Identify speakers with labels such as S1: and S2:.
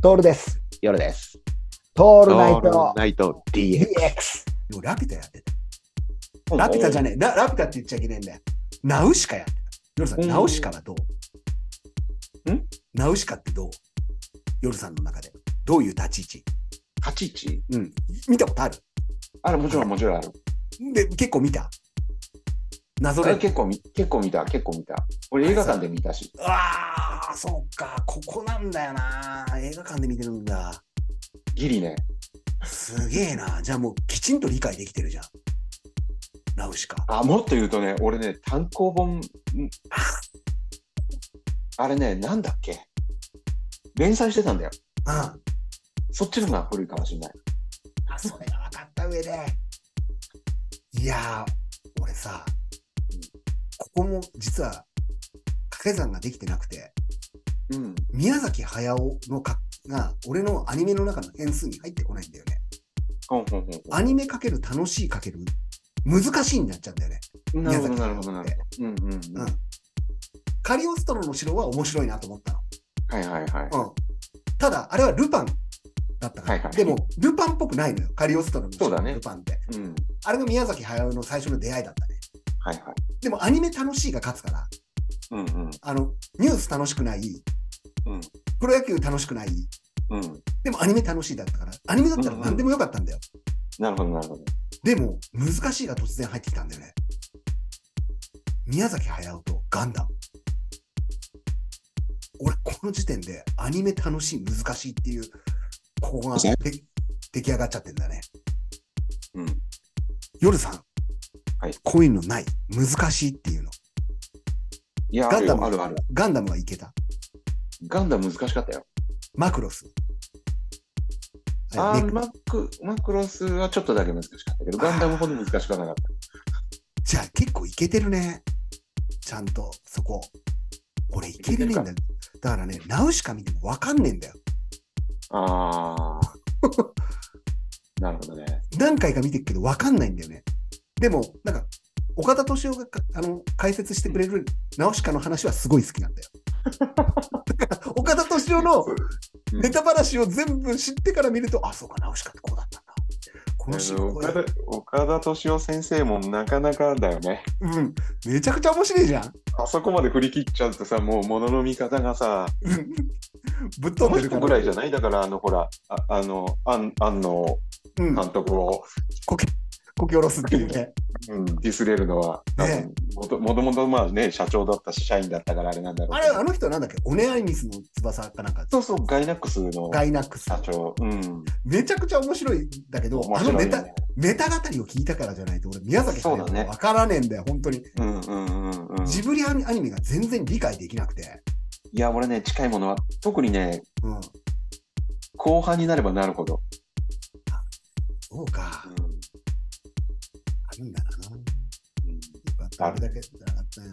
S1: トールです。
S2: 夜です。
S1: ト
S2: オ
S1: ールナイト
S2: ナイト DX。
S1: DX。
S3: でもラピュタやってた。ラピュタじゃねえ。ララピュタって言っちゃいけねえんだよ。ナウシカやってた。夜さ
S2: うん
S3: ん、ナウシカはどうんナウシカってどう夜さんの中で。どういう立ち位置
S2: 立ち位
S3: う
S2: 置
S3: ん。見たことある
S2: あれ、もちろん、もちろんある。
S3: で、結構見た。謎
S2: あれ
S3: で。
S2: 結構見、結構見た、結構見た。俺映画館で見たし。
S3: ああ、そうか。ここなんだよな。映画館で見てるんだ。
S2: ギリね。
S3: すげえな。じゃあもうきちんと理解できてるじゃん。ナウシカ。
S2: あ、もっと言うとね、俺ね、単行本、んあれね、なんだっけ。連載してたんだよ。
S3: うん。あ、
S2: そっちの方が古いかもしれない。
S3: それが分かった上で。いやー、俺さ、ここも実は掛け算ができてなくて、
S2: うん。
S3: 宮崎駿のかが俺のアニメの中の変数に入ってこないんだよね。
S2: ほんほんほんほ
S3: アニメかける楽しいかける難しいになっちゃうんだよね。
S2: ん。なるほど、なるほど、な
S3: 宮
S2: る
S3: 崎
S2: ほど。うんうんうん。
S3: う
S2: は
S3: んカリオストロの城は面白いなと思った
S2: いはいはい。
S3: の。うん。ただ、あれはルパンだったから。
S2: はいはい
S3: でも、ルパンっぽくないのよ。カリオストロの城
S2: そうだね
S3: ルパンって。
S2: うん。
S3: あれが宮崎駿の最初の出会いだったね。
S2: はいはい。
S3: でも、アニメ楽しいが勝つから、
S2: うんうん
S3: あの、ニュース楽しくない、
S2: うん
S3: プロ野球楽しくない、
S2: うん。
S3: でもアニメ楽しいだったから、アニメだったら何でもよかったんだよ。
S2: なるほど、なるほど。
S3: でも、難しいが突然入ってきたんだよね。宮崎駿とガンダム。俺、この時点でアニメ楽しい、難しいっていう、ここが
S2: そう
S3: で出来上がっちゃってんだね。
S2: うん。
S3: 夜さん、
S2: はい
S3: こういうのない、難しいっていうの。
S2: いや、あ
S3: ガン
S2: る
S3: ダ
S2: よ
S3: ム
S2: あるある。
S3: ガンダムはいけた。
S2: ガンダム難しかったよ。
S3: マクロス。
S2: あ
S3: れ
S2: ー
S3: め
S2: マック、マクロスはちょっとだけ難しかったけど、ガンダムほど難しくはなかっ
S3: じゃあ結構いけてるね。ちゃんと、そこ。俺、いけてねえんだよ。だからね、ナウシカ見てもわかんねえんだよ。
S2: た。ああ。なるほどね。
S3: 何回か見てるけどわかんないんだよね。でも、なんか、岡田敏夫がかあの解説してくれるナウシカの話はすごい好きなん だよ。だから岡田敏夫の
S2: うん
S3: ネタ話を全部知ってから見ると、あ、そうか、ナウシカってこうだったんだ。このシーンこうだ
S2: 岡田岡田敏夫先生もなかなかだよね。
S3: うん、めちゃくちゃ面白いじゃん。
S2: あそこまで振り切っちゃうとさ、もう物の見方がさ、
S3: うんぶっ飛
S2: こ
S3: ん
S2: の
S3: でるから。
S2: 人ぐらいじゃないだから、あの、ほら、ああの、安安野
S3: うん、
S2: 監督を、
S3: こき下ろすっていうね。
S2: うん、ディスれるのは、多
S3: ね
S2: 分もともともとまあね、社長だったし、社員だったからあれなんだろ う
S3: あ
S2: け
S3: れ、
S2: ど。
S3: あの人なんだっけオネアイミスの翼かなんか。
S2: そうそう、ガイナックスの
S3: ガイナックス。
S2: 社長。うん。
S3: めちゃくちゃ面白いんだけど、
S2: 面
S3: あ
S2: 白
S3: の
S2: いよ
S3: ネ
S2: ね
S3: タ、ネタ語りを聞いたからじゃないと、俺、宮崎駿
S2: そうだね
S3: わからねえんだよ、本当に。
S2: うんうんうんうん。
S3: ジブリアニアニメが全然理解できなくて。
S2: いや、俺ね、近いものは、特にね、
S3: うん。
S2: 後半になればなるほど。
S3: そうか。あるんだな。やっぱあれだけじゃなかったな。